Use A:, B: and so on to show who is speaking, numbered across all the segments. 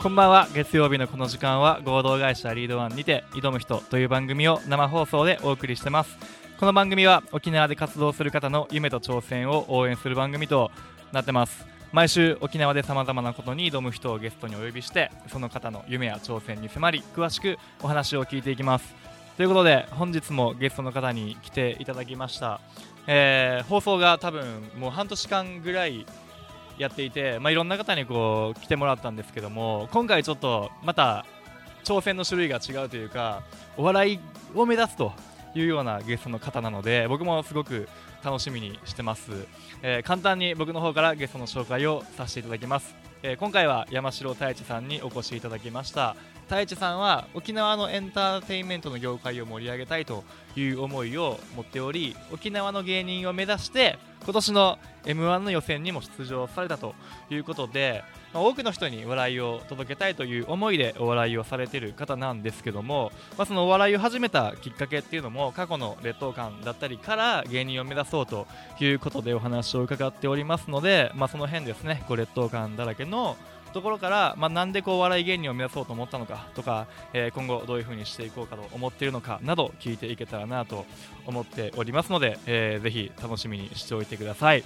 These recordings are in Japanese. A: こんばんは月曜日のこの時間は合同会社リードワンにて挑む人という番組を生放送でお送りしてますこの番組は沖縄で活動する方の夢と挑戦を応援する番組となってます毎週沖縄でさまざまなことに挑む人をゲストにお呼びしてその方の夢や挑戦に迫り詳しくお話を聞いていきますということで本日もゲストの方に来ていただきました、えー放送が多分もう半年間ぐらいやっていて、まあ、いろんな方にこう来てもらったんですけども今回ちょっとまた挑戦の種類が違うというかお笑いを目指すというようなゲストの方なので僕もすごく楽しみにしてます、えー簡単に僕の方からゲストの紹介をさせていただきます、えー今回は山城太一さんにお越しいただきました太一さんは沖縄のエンターテインメントの業界を盛り上げたいという思いを持っており沖縄の芸人を目指して今年の m 1の予選にも出場されたということで、まあ多くの人に笑いを届けたいという思いでお笑いをされている方なんですけども、まあ、そのお笑いを始めたきっかけっていうのも過去の劣等感だったりから芸人を目指そうということでお話を伺っておりますので、まあ、その辺ですねこう劣等感だらけのところから、まあ、なんでこうお笑い芸人を目指そうと思ったのかとか、えー今後どういうふうにしていこうかと思っているのかなど聞いていけたらなと思っておりますので、えーぜひ楽しみにしておいてください。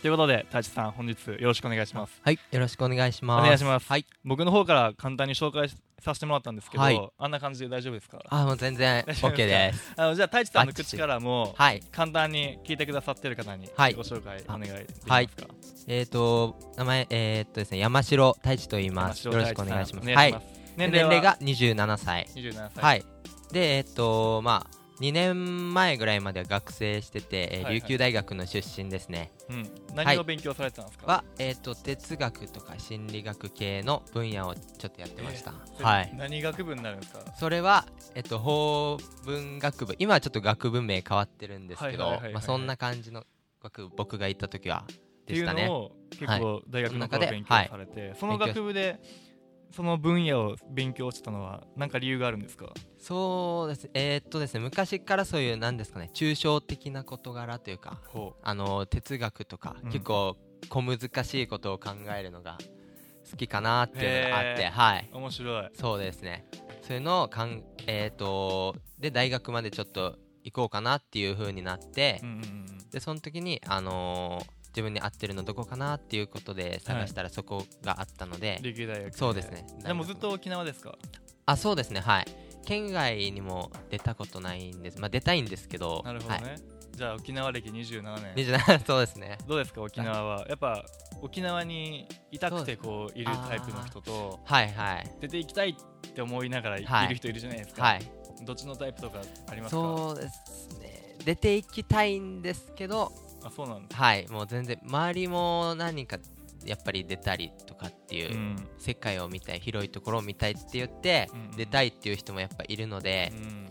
A: ということで、太一さん、本日よろしくお願いします。
B: はい、よろしくお願いし
A: お
B: ます。
A: 願いします。
B: はい、
A: 僕の方から簡単に紹介させてもらったんですけど、
B: はい
A: あんな感じで大丈夫ですか
B: あ、もう全然 OK です。
A: あのじゃあ、太一さんの口からも、
B: はい、
A: 簡単に聞いてくださってる方に
B: はい
A: ご紹介お願いできますか。
B: えっ、ー、と、名前、えーっとですね、山城太一と言います。よろしくお願いします。はい、
A: 年
B: 年
A: 齢
B: 齢
A: は
B: が27歳。
A: 27歳。
B: はい、で、えっ、と、まあ。2年前ぐらいまでは学生してて、えー
A: はいはい
B: 琉球大学の出身ですね
A: うん、何を勉強されてたんですか、
B: は、えー、と哲学とか心理学系の分野をちょっとやってました、
A: それ
B: はい
A: 何学部になるんですか
B: それは、えっと、法文学部今はちょっと学部名変わってるんですけ
A: はいはい
B: ど
A: はいはい
B: まあそんな感じの学部僕が行った時は
A: って
B: で
A: い
B: し
A: う
B: たね
A: のを結構大学の
B: その中
A: 頃
B: で
A: 勉強されて、その
B: 勉強
A: 学部でその分野を勉強してたのは何か理由があるんですか
B: そうですえーっとですね昔からそういうなんですかね抽象的な事柄というか
A: ほ
B: あの哲学とか、
A: うん
B: 結構小難しいことを考えるのが好きかなっていうのがあっ
A: へ
B: て
A: ー
B: はい
A: 面白い
B: そうですねそういうのをかんえーっとで大学までちょっと行こうかなっていう風になって、
A: うんうん
B: でその時に、あのー自分に合ってるのどこかなっていうことで探したらそこがあったので、
A: うん琉球大学
B: そうですね
A: でもずっと沖縄ですか
B: あそうですねはい県外にも出たことないんですまあ出たいんですけど
A: なるほどね、
B: はい、
A: じゃあ沖縄歴27年
B: 27 そうですね
A: どうですか沖縄はやっぱ沖縄にいたくてこういる
B: あー
A: タイプの人と
B: はいはい
A: 出ていきたいって思いながらい
B: はい
A: いる人いるじゃないですか、
B: はい
A: どっちのタイプとかありますか
B: そうですね出ていきたいんですけど
A: あそうなんです
B: はいもう全然周りも何人かやっぱり出たりとかっていう、
A: うん
B: 世界を見たい広いところを見たいって言って、
A: うんうん
B: 出たいっていう人もやっぱいるので、
A: うん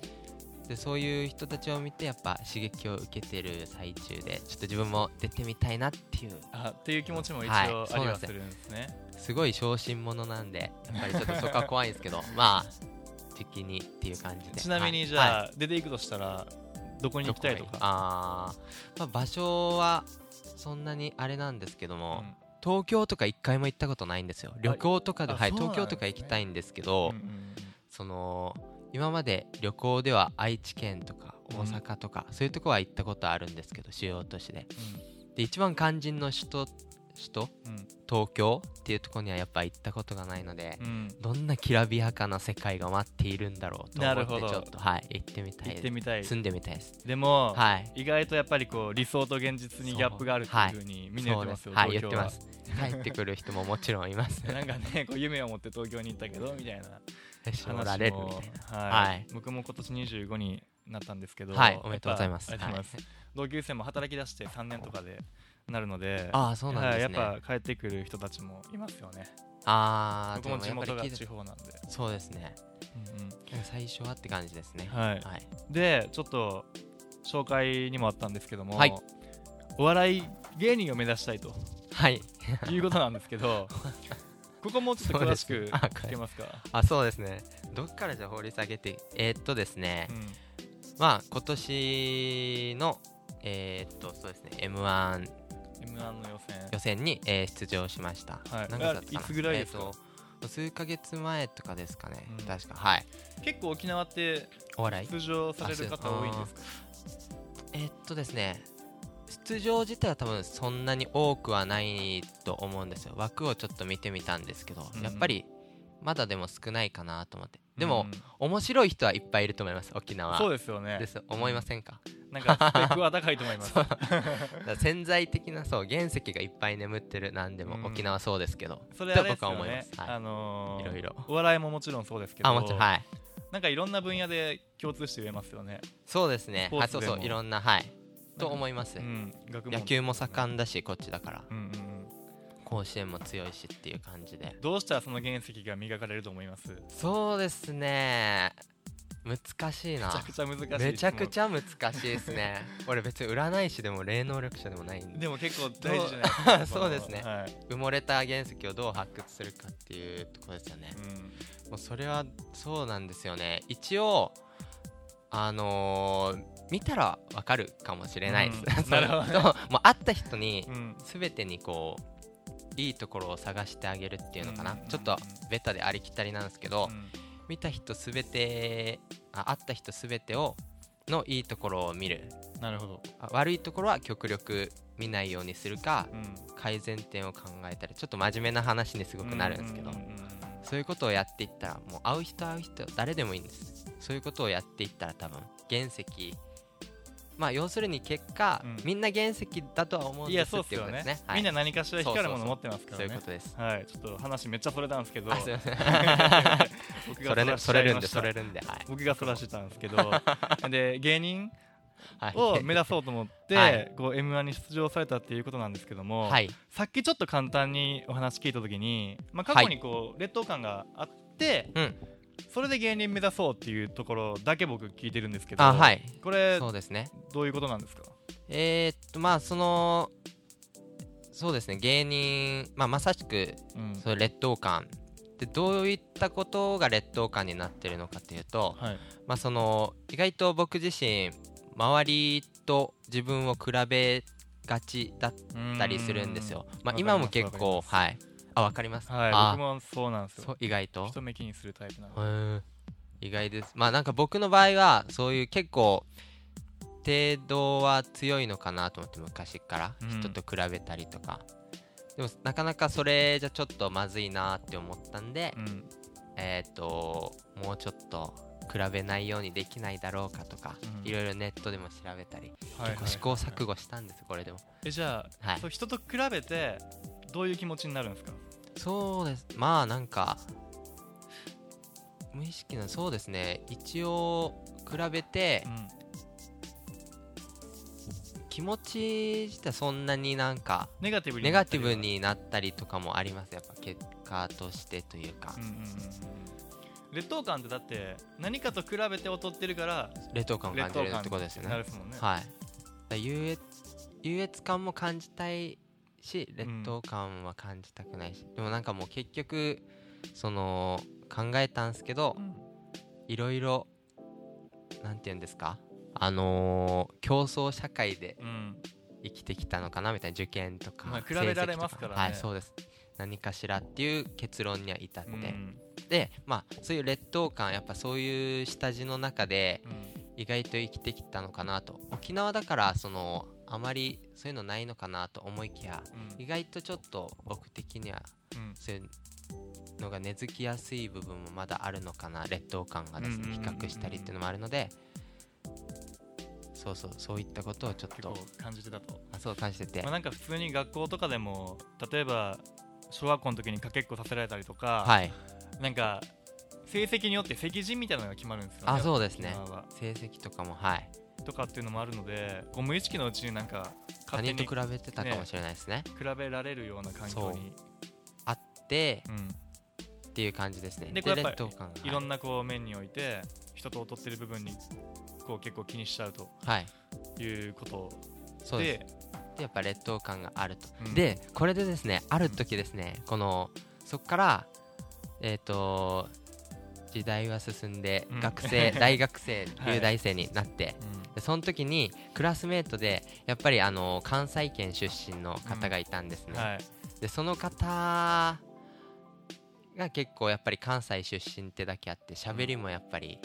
B: でそういう人たちを見てやっぱ刺激を受けてる最中でちょっと自分も出てみたいなっていう
A: あっていう気持ちも一応
B: は
A: あ
B: い
A: りはす
B: そうなんですよ
A: るんですね、
B: すごい小心者なんでやっぱりちょ っとそこは怖いんですけどまあ時にっていう感じで
A: ちなみにじ
B: はい
A: ゃあ出ていくとしたらどこに行きたいと
B: どこが
A: か
B: あー、まあ、場所はそんなにあれなんですけど
A: う
B: も、
A: ん
B: 東京とか一回も行ったことないんですよ旅行とかで、
A: あ
B: はい、
A: そうなんです
B: 東
A: ね
B: 京とか行きたいんですけど、
A: うんうんうん
B: その今まで旅行では愛知県とか
A: うん
B: 大阪とか、そういうとこは行ったことあるんですけど主要都市で
A: う
B: で一番肝心の首都首都
A: ん
B: 東京っていうところにはやっぱ行ったことがないので
A: う、ん
B: どんなきらびやかな世界が待っているんだろうと
A: なる
B: 思
A: ほ
B: って
A: ど
B: ちょっとはい行ってみたい
A: 行っ
B: で
A: てみたい
B: す住んでみたいです
A: でも
B: はい
A: 意外とやっぱりこう理想と現実にギャップがあるっていうふうにみんな言ってますよ
B: そうですはい
A: 東
B: 言っ
A: 京
B: て
A: は
B: ます帰ってくる人ももちろん います
A: なんかねこう夢を持って東京に行ったけどみたいな
B: 絞
A: 話
B: られるみ
A: も
B: た い
A: は
B: はいい
A: 僕も今年25になったんですけど
B: なはいおめでとうございます
A: やっぱありがとうございます
B: はい
A: 同級生も働き出して3年とかでなるので
B: ああそうなんですね、
A: はいやっぱ帰ってくる人たちもいますよね
B: ああ
A: 僕も地元が
B: 聞い
A: 地
B: て
A: 方なんで
B: そうですね
A: うんうん
B: 最初はって感じですね
A: はい
B: はい、
A: でちょっと紹介にもあったんですけども、
B: はい
A: お笑い芸人を目指したいと
B: はい、
A: いうことなんですけ どここもうちょっと詳し
B: そう
A: く
B: ですあ詳しい
A: 聞けますか
B: あそうですねどっからじゃあ掘り下げてえーっとですね、
A: う
B: まあ今年のえーっとそうですね m 1
A: ん M1 の予選
B: 予選に、えー出場しました、
A: はい
B: 何月だったか
A: あ
B: ない
A: つぐらいですか
B: えーっと数ヶ月前とかですかね、
A: うん
B: 確かはい
A: 結構沖縄って
B: お笑い
A: 出場される方多いんですか
B: えっとですね出場自体は多分そんなに多くはないと思うんですよ枠をちょっと見てみたんですけど、
A: うん
B: やっぱりまだでも少ないかなと思ってでも、
A: うん
B: 面白い人はいっぱいいると思います沖縄
A: そうですよね
B: です思いませんか
A: なんかスペックは高いと思います
B: そうだから潜在的なそう原石がいっぱい眠ってるなんでも、
A: うん
B: 沖縄そうですけど
A: それあれです
B: と僕
A: よ
B: は思いま
A: ね
B: す、
A: あ
B: は
A: の
B: い、
A: ー
B: いろいろ
A: お笑いももちろんそうですけど
B: あもちろんはい
A: なんかいろんな分野で共通して言えますよね
B: そうですね
A: スポー
B: あ
A: ツ
B: そう
A: で
B: そう
A: も
B: いろんなはいと
A: なんか
B: 思います、
A: うん学問
B: 野球も盛んだしこっちだから
A: うんうんうん
B: 甲子園も強いしっていう感じで
A: どうしたらその原石が磨かれると思いますめ
B: そうですね難しい
A: ちゃ
B: な
A: くちゃ難しい
B: めちゃくち
A: ゃ
B: ゃ難しいですね 俺別に占い師でも霊能力者でもないんで
A: でも結構大事じゃないですか
B: そうですね
A: はい
B: 埋もれた原石をどう発掘するかっていうところですよね、
A: うん
B: もうそれはそうなんですよね一応あのー見たらわかるかもしれないです、
A: うん
B: その
A: なるほどね
B: でももう会った人に
A: うん
B: 全てにこういいところを探してあげるっていうのかな、
A: うん
B: ちょっとベタでありきたりなんですけど、
A: うん
B: 見た人全てあ会った人全てをのいいところを見る
A: なるほど
B: あ悪いところは極力見ないようにするか
A: うん
B: 改善点を考えたりちょっと真面目な話にすごくなるんですけど、
A: ううんうんうん
B: そういうことをやっていったらもう会う人会う人誰でもいいんですそういうことをやっていったら多分原石まあ要するに結果、
A: うん
B: みんな原石だとは思うん
A: いや
B: です
A: そうっす
B: っていう
A: よ
B: こと
A: ね
B: ですねはい
A: みんな何かしら光るもの持
B: そ
A: ってますか
B: そうい
A: ら
B: う
A: ね
B: ことです
A: はいちょっと話めっちゃそれたんですけど
B: あすいません
A: 僕
B: それ,、ね、
A: らしち
B: そ
A: ゃ
B: れ
A: い
B: るん
A: ま
B: で
A: した
B: それるんではい、
A: 僕がそらしてたんですけ どで芸人
B: はい、
A: を目指そうと思って、
B: はい
A: こう m 1に出場されたっていうことなんですけども、
B: はい
A: さっきちょっと簡単にお話聞いた時に、まあ、過去にこう劣等感があって、
B: うん
A: それで芸人目指そうっていうところだけ僕聞いてるんですけど
B: あはい
A: これ
B: そうですね
A: どういうことなんですか
B: えー、っとまあそのそうですね芸人、まあ、まさしく
A: うん
B: その劣等感でどういったことが劣等感になってるのかというと、
A: はい
B: まあ、その意外と僕自身周りと自分を比べがちだったりするんですよ、まあ、今も結構
A: わ
B: はいあわかります、
A: はい
B: あ
A: 僕もそうなんです
B: そ
A: よ
B: う意外と
A: 人目気にするタイプなの
B: う
A: で
B: ーん意外ですまあなんか僕の場合はそういう結構程度は強いのかなと思って昔から
A: うん
B: 人と比べたりとか、でもなかなかそれじゃちょっとまずいなって思ったんで、
A: うん
B: えー、ともうちょっと比べないようにできないだろうかとか、
A: うん
B: いろいろネットでも調べたり、
A: はいはいはい
B: 結構試行錯誤したんですこれでも
A: えじゃあ、
B: はい
A: そう人と比べてどういう気持ちになるんですか
B: そうですまあなんか無意識なそうですね一応比べて
A: うん
B: 気持ち自体そんなになんか
A: ネガティブに
B: ネガティブになったりとかもありますやっぱ結果としてというか
A: うんうんうんうん劣等感ってだって何かと比べて劣ってるから
B: 劣等感を感じるってことですよね
A: なるっすもんね、
B: はい、だから優越優越感も感じたいし劣等感は感じたくないし、でもなんかもう結局その考えたんですけど
A: うん
B: いろいろなんて言うんですかあのー競争社会で
A: うん
B: 生きてきたのかなみたいな受験とか、
A: まあ比べられますからね
B: 成績とはいそうです何かしらっていう結論には至って、
A: うん
B: でまあそういう劣等感やっぱそういう下地の中で
A: うん
B: 意外と生きてきたのかなと沖縄だからそのあまりそういうのないのかなと思いきや
A: うん
B: 意外とちょっと僕的には
A: うん
B: そういうのが根付きやすい部分もまだあるのかな劣等感がです
A: うんう
B: ね
A: んう
B: 比
A: んうん
B: 較したりっていうのもあるのでそうそうそういったことをちょっ
A: 結
B: と
A: 構感じてたと、
B: あそう感じてて
A: まあ、なんか普通に学校とかでも例えば小学校の時にかけっこさせられたりとか、
B: はい
A: なんか成績によって席次みたいなのが決まるんですよね
B: あそうですね
A: 沖縄は
B: 成績とかもはい
A: とかっていうのもあるのでこう無意識のうちになんか
B: 他
A: 勝手
B: 人と
A: に比
B: 比べてたかもしれないですね
A: べられるような環境に、
B: あって
A: うん、
B: っていう感じですね
A: でこれやっぱ
B: 劣等感が
A: いろんなこう面において人と劣ってる部分にこう結構気にしちゃうと
B: はいはい
A: いうこと
B: そうです
A: で
B: でやっぱ劣等感があると、
A: うん
B: でこれでですねある時ですね、このそこからえっ、と時代は進んで、
A: うん
B: 学生 大学生
A: はい
B: 留大生になって、でその時にクラスメートでやっぱりあの関西圏出身の方がいたんですね、
A: うんはい
B: でその方が結構やっぱり関西出身ってだけあって喋りもやっ ぱり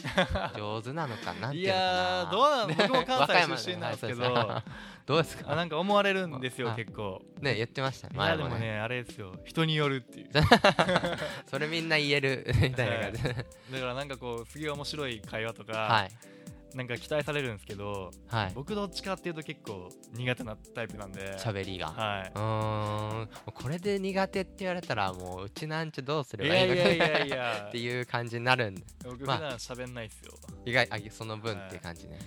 B: 上手なのかなって
A: い
B: いうのか
A: やーどう
B: な
A: なの僕も関
B: 和歌山
A: 西出身なんですけど
B: はいそうです どうです
A: あ
B: か
A: なんか思われるんですよ
B: あ
A: 結構
B: ね言ってましたね
A: い
B: 前
A: やで
B: も
A: も
B: ね
A: ねあれですよ人によるって いう
B: それみんな言えるみたいな感じで
A: だからなんかこうすげえ面白い会話とか、
B: はい
A: なんか期待されるんですけど
B: はい
A: 僕どっちかっていうと結構苦手なタイプなんで
B: 喋りが
A: は
B: うーんこれで苦手って言われたらもううちなんちゅどうす
A: い、い
B: れば
A: や
B: いい
A: い
B: の
A: やいや
B: か
A: い
B: な
A: や
B: っていう感じになるん
A: 僕普
B: まあ
A: 段喋んないですよ、
B: 意外あその分っていう感じね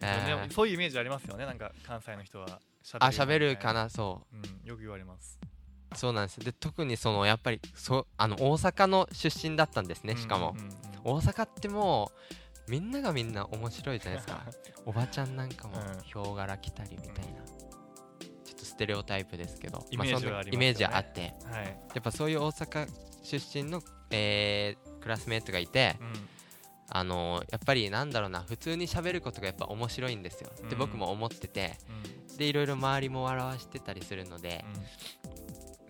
B: え
A: でも
B: ー
A: そういうイメージありますよねなんか関西の人は喋
B: あ喋るか
A: な、
B: なそう
A: うん、よく言われます
B: そうなんですで特にそのやっぱりそあの大阪の出身だったんですねしかも、
A: うんうんうん
B: 大阪ってもうみんながみんな面白いじゃない ですかおばちゃんなんかも
A: うん
B: ヒョウ柄着たりみたいな、ちょっとステレオタイプですけど
A: イメージはありますよね
B: そんなイメージはあって
A: はい、
B: やっぱそういう大阪出身の、えークラスメートがいて、
A: うん
B: あのーやっぱりなんだろうな普通に喋ることがやっぱ面白いんですよって僕も思ってて、
A: うん
B: でいろいろ周りも笑わしてたりするので、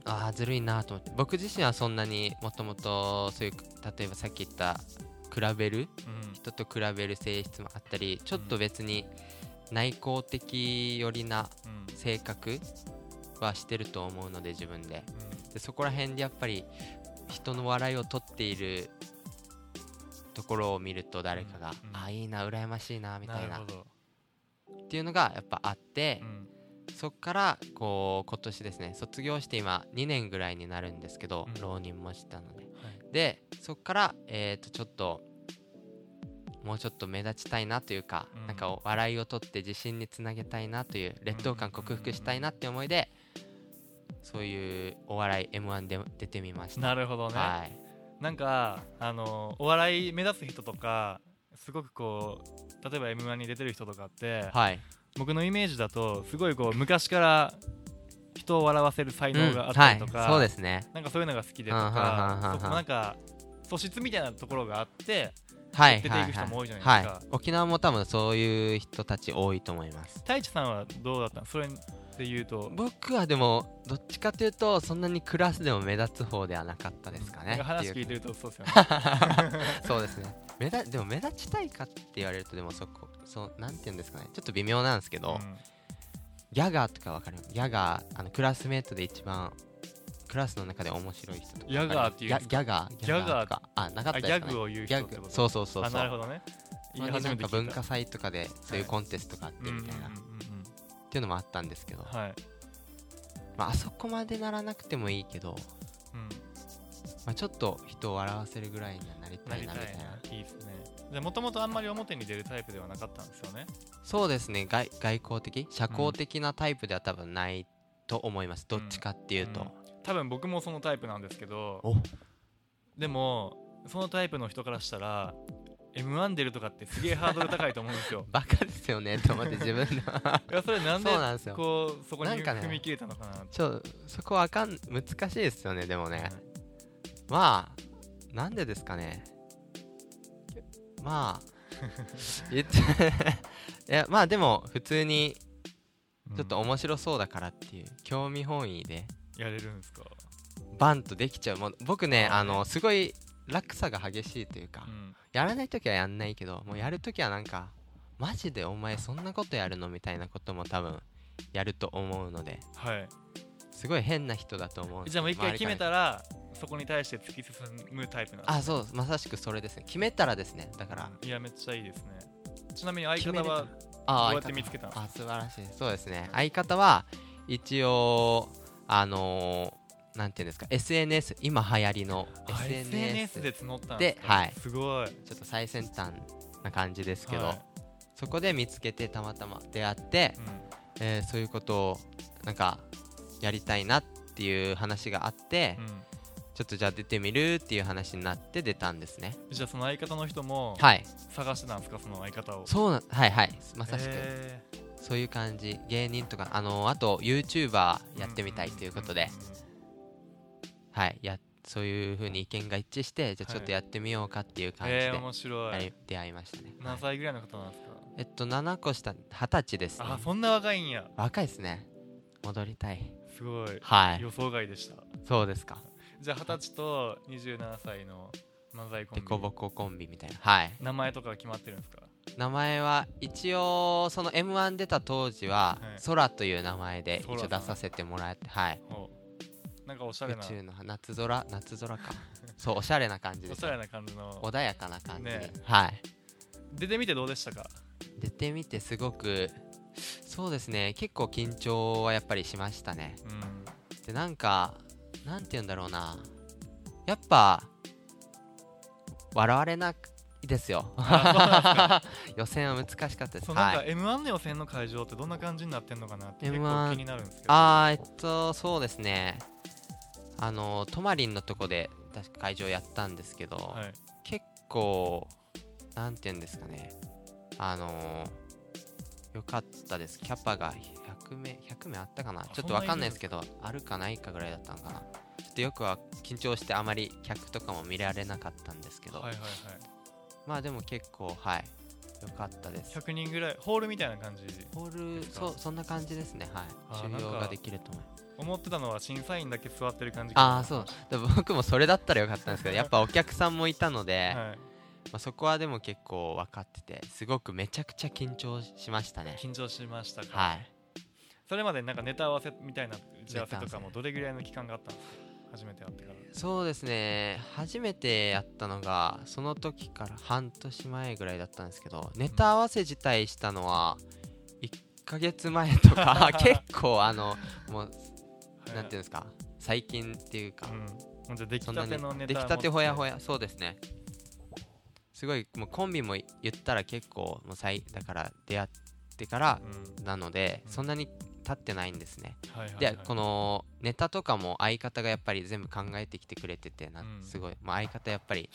B: あーずるいなと思って僕自身はそんなにもともとそういう例えばさっき言った比べる
A: うんうん
B: 人と比べる性質もあったりちょっと別に内向的寄りな
A: うん
B: 性格はしてると思うので自分ででそこら辺でやっぱり人の笑いを取っているところを見ると誰かが、
A: うんうん
B: ああいいな羨ましいな
A: うん
B: みたいな
A: るほど、
B: っていうのがやっぱあって、
A: うん
B: そっからこう今年ですね卒業して今2年ぐらいになるんですけど、
A: うん
B: 浪人もしたので
A: はい
B: でそっからえっ、とちょっともうちょっと目立ちたいなというか、
A: うん
B: なんかお笑いを取って自信につなげたいなという劣等感克服したいなって思いで、そういうお笑い m 1で出てみました
A: なるほどね、
B: はい
A: なんかあのお笑い目指す人とかすごくこう例えば m 1に出てる人とかって、
B: はい
A: 僕のイメージだとすごいこう昔から人を笑わせる才能があ
B: う
A: っ
B: ん
A: た
B: は
A: り
B: い
A: とか、
B: そうですね
A: なんかそういうのが好きでと
B: うんはんはんはん
A: か
B: はん
A: そこなんか素質みたいなところがあって
B: はい
A: 出
B: は
A: て
B: い
A: いく
B: は
A: 人
B: い
A: も多いじゃないですか
B: はい沖縄も多分そういう人たち多いと思います
A: 太一さんはどうだったのそれで言うと
B: 僕はでもどっちかというとそんなにクラスでも目立つ方ではなかったですか
A: なん
B: ね
A: か話
B: っ
A: 聞
B: てい
A: いうてるとそうですよね
B: そうですね目立でも目立ちたいかって言われるとでもそこそうなんて言うんですかねちょっと微妙なんですけど、
A: うん
B: ギャガーとかわかるギャガーあのクラスメートで一番クラスの中で面白い人とか
A: ギャガーっていうん
B: ギャ
A: です
B: ギャガー
A: ギャガー
B: とかあなかった
A: あ
B: で
A: ギ
B: すか、ね、
A: ャグを言う
B: ギ
A: 人
B: ャ
A: ってこ
B: グ
A: と
B: そうそうそう
A: あな
B: そ
A: る
B: う
A: ほどね
B: たまに
A: 初
B: な
A: め
B: ん
A: て
B: か
A: 聞
B: 文
A: いた
B: 化祭とかでそういうコンテストがあってみたいな、
A: うん
B: っ
A: うんうんうん
B: ていうのもあったんですけど、
A: うんはい、
B: まああそこまでならなくてもいいけど
A: うん、
B: まあ、ちょっと人を笑わせるぐらいにはなりた
A: ないりた
B: なみたい
A: い
B: な
A: ないいですねでもともとあんまり表に出るタイプではなかったんですよね
B: そうですね外外交的社交的なタイプでは多分ないと思います、
A: うん
B: どっちかっていうと、
A: うん多分僕もそのタイプなんですけど
B: お
A: でもそのタイプの人からしたら m 1出るとかってすげえハードル高いと思うんです よ
B: バカですよねと思って自分の
A: いやそれ なんで
B: そうなんですよ
A: こうそこに
B: なんかね
A: 踏み切れたのかなって
B: ちょそこわかん難しいですよねでもね、まあなんでですかねまあ 言って いやまあでも普通に
A: うん
B: ちょっと面白そうだからっていう、興味本位で
A: やれるんですか、
B: バンとできちゃうもう僕ね
A: あー
B: あのすごい落差が激しいというか、
A: うん
B: やらない時はやんないけどもうやる時はなんかマジでお前そんなことやるのみたいなことも多分やると思うので
A: はい
B: すごい変な人だと思うんです
A: じゃあもう一回
B: 周り
A: 決
B: か
A: めた
B: ら
A: らそこに対して突き進むタイプなんです
B: あそうまさしくそれですね決めたらですねだから、
A: うんいやめっちゃいいですねちなみに相
B: 決め
A: 方
B: れたら
A: は
B: あ
A: ど
B: あ
A: うやっ
B: 相
A: て
B: 方
A: 見つけたの
B: あ素晴らしいそうですね相方は一応あのーなんていうんですか SNS 今流行りの
A: あ
B: SNS,
A: SNS で募ったんすか
B: ではい
A: すごい
B: ちょっと最先端な感じですけど、
A: はい
B: そこで見つけてたまたま出会って、えーそういうことをなんかやりたいなっていう話があって、
A: うんうん
B: ちょっとじゃあ出てみるっていう話になって出たんですね
A: じゃあその相方の人も
B: はい
A: 探してたんですかその相方を
B: そうなはいはいまさしく、
A: へ
B: そういう感じ芸人とかあのあと YouTuber
A: ー
B: やってみたいということで、
A: んんうんうん
B: はいやそういうふうに意見が一致してじゃあちょっ
A: はい
B: とやってみようかっていう感じで、
A: えー、面白
B: や
A: い
B: り出会いましたね、は
A: 何
B: い
A: 歳ぐらいの方なんですか、
B: えっと7個下二十歳ですね
A: あそんな若いんや
B: 若いですね戻りたい
A: すごい
B: はい
A: 予想外でした
B: そうですか
A: じゃあ二十歳と27歳の漫才コ
B: デ
A: ン
B: コ
A: ビ
B: ボココンビみたいなはい
A: 名前とか決まってるんですか
B: 名前は一応その m 1出た当時は
A: はい
B: 「空」という名前で一
A: 空
B: 応
A: さん
B: 出させてもらってはい
A: おなんかおしゃれ
B: 宇
A: な
B: 宙の夏空夏空かそうおしゃれな感じで
A: お
B: す
A: しゃれな感じの
B: 穏やかな感じに
A: ね
B: はい
A: 出てみてどうでしたか
B: 出てみてすごくそうですね結構緊張はやっぱりしましたね
A: うん
B: でなんかなんて言うんだろうなやっぱ笑われなくですよ
A: あ
B: 予選は難しかったです
A: そうなん
B: は
A: か
B: い
A: m 1の予選の会場ってどんな感じになってんのかなって結
B: M1
A: 構気になるんですけど
B: あーえっとそうですねあのトマリンのとこで確か会場やったんですけど、
A: はい
B: 結構なんて言うんですかねあのよかったですキャパが100名100名あったかなちょっとわかんないですけどあるかないかぐらいだったのかなちょっとよくは緊張してあまり客とかも見られなかったんですけど、
A: はいはいはい
B: まあでも結構はいよかったです
A: 100人ぐらいホールみたいな感じ
B: ホール
A: ですか
B: そうそんな感じですねは
A: あー
B: い
A: なん
B: 収容
A: か
B: ができると思います
A: 思ってたのは審査員だけ座ってる感じかな
B: ああそうでも僕もそれだったらよかったんですけどやっぱお客さんもいたので、
A: はい
B: まあ、そこはでも結構分かっててすごくめちゃくちゃ緊張しましたね
A: 緊張しましたか
B: はい
A: それまでなんかネタ合わせみたいな打ち合わせとかも
B: ネタ合わせ
A: どれぐらいの期間があったんですか初めて会ってから
B: そうですね初めてやったのがその時から半年前ぐらいだったんですけどネタ合わせ自体したのは1ヶ月前 とか結構あのもうなんていうんですか最近っていうか、
A: うん、じゃあ出来
B: そんな
A: た
B: に
A: てのネタ
B: 出来たてほやほ
A: や
B: やそうですねすごいもうコンビも言ったら結構もう最だから出会ってから
A: うん
B: なので、
A: うん
B: そんなに経ってないんですね、
A: はいはいはい、
B: でこのネタとかも相方がやっぱり全部考えてきてくれててな
A: うん
B: すごい、まあ、相方やっぱり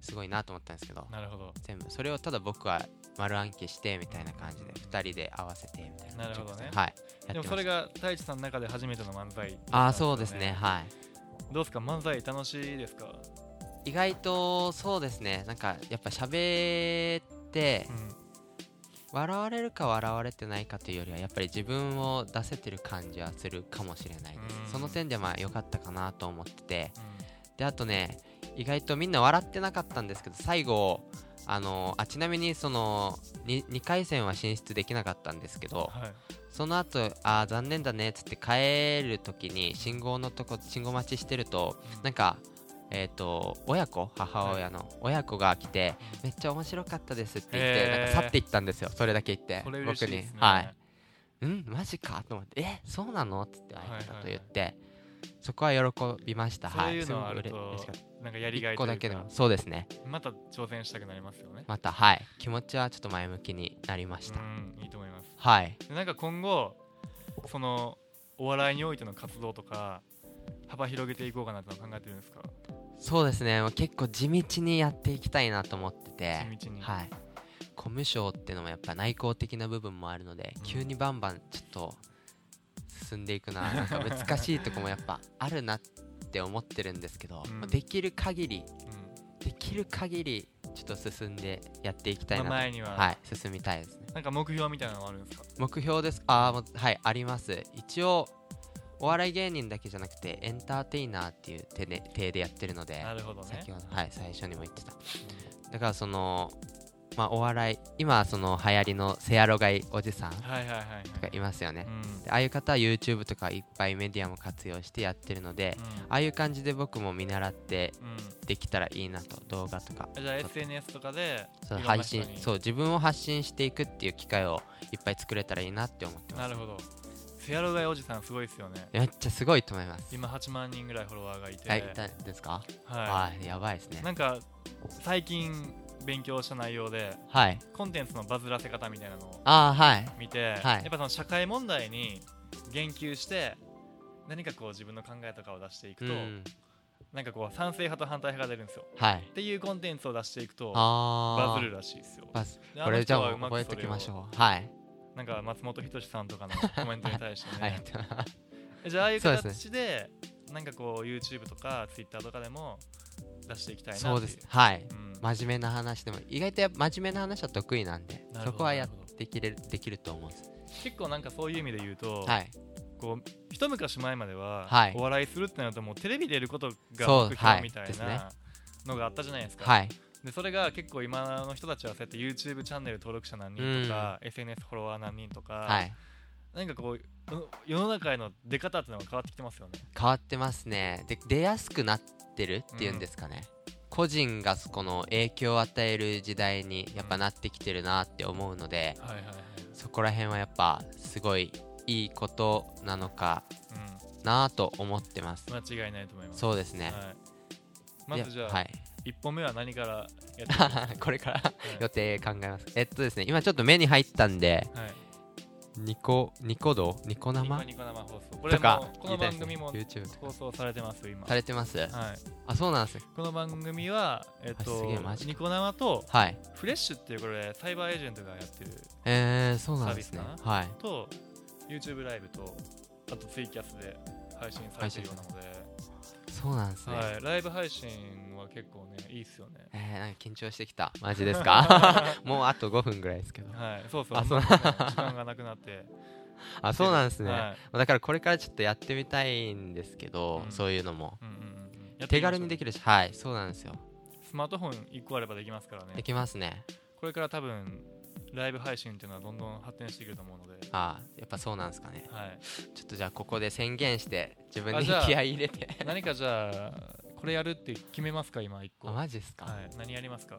B: すごいなと思ったんですけど
A: なるほど
B: 全部それをただ僕は丸暗記してみたいな感じで
A: うん
B: 2人で合わせてみたい
A: な
B: な
A: るほどね
B: はい
A: で
B: やっ
A: も
B: て
A: そ
B: ま
A: れ
B: した
A: が太一さんの中で初めての漫才、
B: ああそうですねはい
A: どうですか漫才楽しいですか、
B: 意外とそうですねなんかやっぱ喋って
A: うん
B: 笑われるか笑われてないかというよりはやっぱり自分を出せてる感じはするかもしれないで
A: うん
B: すその点でまあ良かったかなと思っててであとね意外とみんな笑ってなかったんですけど最後あのあちなみにその 2, 回戦は進出できなかったんですけど
A: はい、
B: その後あー残念だねっつって帰る時に信号のとこ信号待ちしてるとなんか、えー、と親子母親の親子が来て、めっちゃ面白かったですって言って、
A: へー
B: なんか去っていったんですよそれだけ言って
A: これ嬉し
B: 僕
A: いで
B: に
A: すね、
B: はいうんマジかと思ってえそうなのっつって相方と言って、そこは喜びました
A: そう
B: はい
A: いうのはある
B: すごく嬉
A: と
B: しかった
A: なんかやりがい
B: 1
A: と
B: 個
A: い
B: だ
A: うか
B: けでもそうですね
A: また挑戦したくなりますよね、
B: またはい気持ちはちょっと前向きになりました、
A: うんいいと思います
B: はい
A: でなんか今後そのお笑いにおいての活動とか幅広げていこうかなってのは考えてるんですか
B: そうですねもう結構地道にやっていきたいなと思ってて
A: 地道に
B: はいコ務省ってのもやっぱ内向的な部分もあるので、
A: うん
B: 急にバンバンちょっと進んでい くななんか難しいとこもやっぱあるなって思ってるんですけど、
A: うん
B: まあできる限
A: う
B: り
A: ん
B: できる限りちょっと進んでやっていきたいなと、
A: まあ前には
B: はい進みたいですね
A: なんか目標みたいなのはあるんですか
B: 目標ですあーもうはいあります一応お笑い芸人だけじゃなくてエンターテイナーっていう手で手でやってるので
A: なるほどね
B: 先ほどはい最初にも言ってただからそのまあお笑い今その流行りのセアロガイおじさん
A: はいはいはいはい
B: がいますよね
A: うん
B: でああいう方は YouTube とかいっぱいメディアも活用してやってるのでああいう感じで僕も見習って
A: うん
B: できたらいいなと動画とか
A: うんじゃあ SNS とかで
B: その
A: いろん
B: 配
A: な人に
B: 信そう自分を発信していくっていう機会をいっぱい作れたらいいなって思ってます
A: なるほどセアロガイおじさんすごいですよね
B: めっちゃすごいと思います
A: 今8万人ぐらいフォロワーがいて
B: はい、だですか、
A: は
B: はい、やばいです
A: い
B: ね。
A: なんか最近勉強した内容で
B: はい。
A: コンテンツのバズらせ方みたいなのを
B: ああ、はい。
A: 見て、
B: は
A: や
B: い
A: っぱその社会問題に言及して何かこう自分の考えとかを出していく
B: う
A: と、
B: ん。
A: なんかこう賛成派と反対派が出るんですよ
B: はい
A: っ。ていうコンテンツを出していくと
B: ああ。
A: バズるらしいですよ
B: バズ
A: で
B: これじゃ
A: あ
B: あ
A: の人はう
B: 覚
A: ま
B: え
A: くそ
B: てお
A: れを
B: きましょう。はい。
A: なんか松本人志さんとか のコメントに対してね、
B: はい。
A: じゃあああいう
B: そうで
A: 形
B: すね
A: でなんかこう YouTube とか Twitter とかでも出していきたいなってい
B: そうです。はい。
A: うん
B: 真面目な話でも意外とやっぱ真面目な話は得意なんで
A: なるほど
B: そこはや
A: なるほ
B: ってきれるできると思うんです
A: 結構なんかそういう意味で言うと、
B: はい
A: こう一昔前までは、
B: はい
A: お笑いするってなるともうテレビでやること
B: そ
A: が
B: う
A: 目
B: は
A: 標
B: い
A: みたい
B: ですね
A: なのがあったじゃないですか、
B: はい
A: でそれが結構今の人たちはそうやって YouTube チャンネル登録者何人とか、SNS フォロワー何人とか、
B: はい
A: なんかこうう世の中への出方っていうのが変わってきてますよね
B: 変わってますねで出やすくなってるっていうんですかね、個人がこの影響を与える時代にやっぱなってきてるなって思うので、
A: はいはいはい、
B: そこら辺はやっぱすごいいいことなのかなと思ってます
A: うん、間違いないと思います
B: そうですね、
A: はい、まずじゃあ、
B: ではい
A: 一本目は何からやってい きますか
B: これから
A: い
B: 予定考えますえっとですね今ちょっと目に入ったんで
A: はい
B: ニコニコ動ニコ
A: ニ
B: 生
A: コニコ生放送これ
B: とか
A: もこ
B: 言
A: の番
B: いたいですね
A: 組も
B: YouTube とか
A: 放送されてます今
B: されてます
A: はい、
B: あそうなんですね
A: この番組は、えっ
B: あす
A: と
B: げえマジか
A: ニコ生と
B: はい
A: フレッシュっていうこれサイバーエージェントがやってる
B: えー、そうなんですね
A: サービス
B: はい
A: と YouTube ライブとあとツイキャスで配信されてるようなので、
B: そうなんですね、
A: はい、ライブ配信は結構ねいいっすよね
B: えー、なんか緊張してきたマジですか もうあと5分ぐらいですけど
A: はいそうそう
B: あそう
A: もね時間がなくなって
B: あ そうなんですね、
A: はい
B: だからこれからちょっとやってみたいんですけど、
A: うん
B: そういうのも
A: うんうんうんうん、
B: 手軽にで
A: き
B: きるしはいそうなんですよ
A: スマートフォン1個あればできますからね
B: できますね
A: これから多分ライブ配信っていうのはどんどん発展していくると思うので、
B: あーやっぱそうなんですかね
A: はい、
B: ちょっとじゃあここで宣言して自分
A: あ
B: に
A: じゃあ
B: 気合い入れて
A: 何かじゃあこれやるって決めますか今1個
B: あマジですか、
A: はい、何やりますか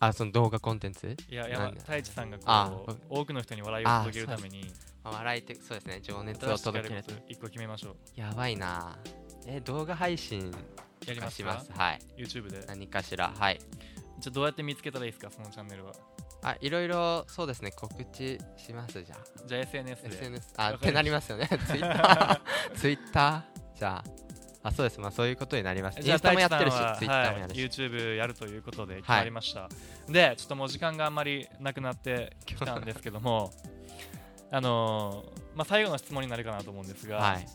B: あその動画コンテンツ
A: いや、山
B: なんだ
A: 太一さんが
B: あ
A: こう多くの人に笑いを届けるために
B: あ笑いってそうですね情熱
A: 新
B: を
A: しくやる
B: 届け
A: こ
B: ると
A: と一個決めましょう。
B: やばいなえ動画配信
A: やり
B: とか
A: ます
B: し
A: か
B: ますはい
A: ?YouTube で。
B: 何かしらはい
A: じゃあどうやって見つけたらいいですかそのチャンネルは。
B: あいろいろそうですね告知しますじゃあ
A: じゃあ SNS で。
B: SNS
A: わ
B: あ
A: かりま
B: っ
A: した
B: てなりますよね Twitter Twitter じゃああそうですまあそういうことになりましたイ
A: じゃ
B: ン
A: あ
B: スタもやって
A: 太
B: る
A: 一
B: し
A: さんは
B: Twitter も
A: は
B: や
A: い
B: るし、
A: YouTube やるということで決まりました。で、ちょっともう時間があんまりなくなってきたんですけども、 あのーまあ最後の質問になるかなと思うんです
B: は
A: が、
B: い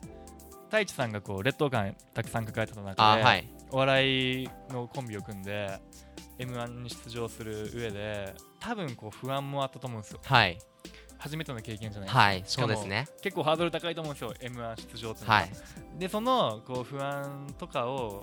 A: 太一さんがこう劣等感たくさん抱えてた中
B: あ
A: で、
B: はい
A: お笑いのコンビを組んで m 1に出場する上で多分こう不安もあったと思うんですよ
B: はい
A: 初めての経験じゃない、
B: はい
A: しか
B: そう
A: も
B: ですね
A: 結構ハードル高いと思うんですよ m 1出場っていうのは、
B: はい
A: でそのこう不安とかを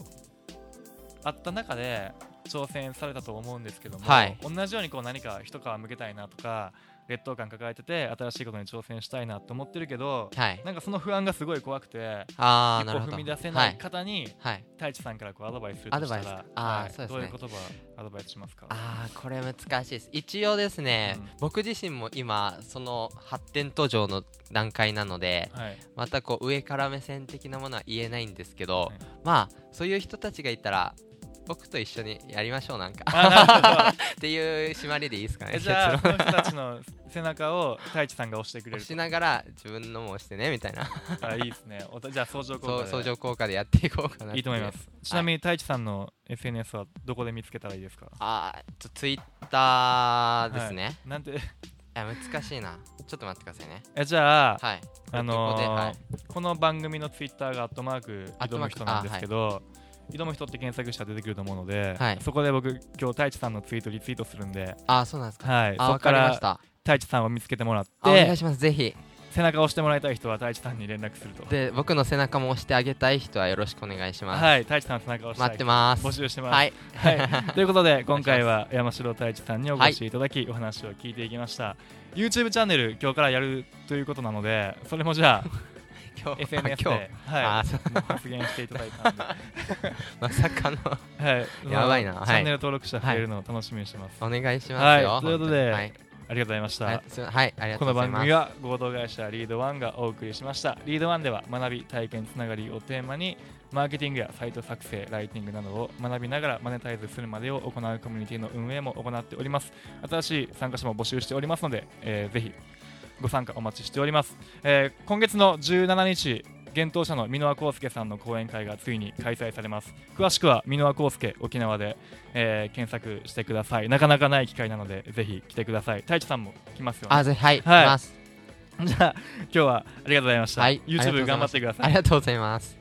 A: あった中で挑戦されたと思うんですけども、
B: はい
A: 同じようにこう何か一皮向けたいなとか劣等感抱えてて新しいことに挑戦したいなと思ってるけど
B: はい
A: なんかその不安がすごい怖くて
B: あ
A: 一
B: あなる
A: 歩
B: ほど
A: 踏み出せな
B: はい
A: い方に、
B: はい
A: 太一さんからこうアドバイスするとした
B: アドバイス
A: ら
B: か、あー
A: はい
B: そうです
A: どうい
B: ね
A: う言葉アドバイスしますか
B: あーこれ難しいです一応ですね、
A: うん
B: 僕自身も今その発展途上の段階なので
A: はい、
B: またこう上から目線的なものは言えないんですけど、
A: い
B: まあそういう人たちがいたら僕と一緒にやりましょうなんか
A: あ
B: っていう締まりでいいですかね
A: えじゃあ
B: 結
A: その人たちの背中を太一さんが押してくれ
B: 論
A: る
B: しながら自分のも押してねみたいな
A: あいいです ねおたじゃあ相乗効
B: そ
A: 果
B: う
A: で
B: 相乗効果でやっていこうかなって
A: いいと思いますちなみに太一さんの SNS はどこで見つけたらいいですか
B: あーちょツイッターですね、
A: なんて
B: いや難しいなちょっと待ってくださいね
A: えじゃあ、
B: はい
A: あの
B: ここで
A: ー
B: はい
A: この番組のツイッターがアットマーク
B: アッ
A: 挑
B: ト
A: む
B: マーク
A: 人なんですけど、挑む人って検索したら出てくると思うので、
B: はい
A: そこで僕今日太一さんのツイートリツイートするんで、
B: あーそうなんですか
A: はい、
B: あ
A: そこか
B: わかりま
A: ら
B: した
A: 太一さんを見つけてもらって
B: あお願いしますぜひ
A: 背中を押してもらいたい人は太一さんに連絡すると
B: で僕の背中も押してあげたい人はよろしくお願いします、
A: はい太一さんの背中を押したい
B: 待ってます
A: 募集してます、
B: はい
A: はいということで今回は山城太一さんにお越しいただき、お話を聞いていきました YouTube チャンネル今日からやるということなのでそれもじゃ あ
B: 今日
A: SNS で、
B: 今
A: はい
B: 日、あーそう
A: もう発言していただいたんで、
B: まさかの
A: はい、
B: やばいな
A: まあ
B: はい
A: チャンネル登録者増えるのを楽しみにしてます、
B: お願いしますよ、
A: はいということで
B: 本当にはい
A: ありがとうございました、
B: あすはいありがと
A: この
B: うござい
A: 番
B: ます
A: 組は合同会社リードワンがお送りしましたリードワンでは学び体験つながりをテーマにマーケティングやサイト作成ライティングなどを学びながらマネタイズするまでを行うコミュニティの運営も行っております新しい参加者も募集しておりますので、えーぜひご参加お待ちしております、えー今月の17日現当社の箕輪康介さんの講演会がついに開催されます詳しくは箕輪康介沖縄で、えー検索してくださいなかなかない機会なのでぜひ来てください太一さんも来ますよね
B: あぜはい、
A: はい
B: 行きます
A: じゃあ今日はありがとうございました。
B: はいありがと
A: YouTube
B: うござい
A: 頑張
B: ま
A: っ
B: す
A: てください
B: あり。がとうございます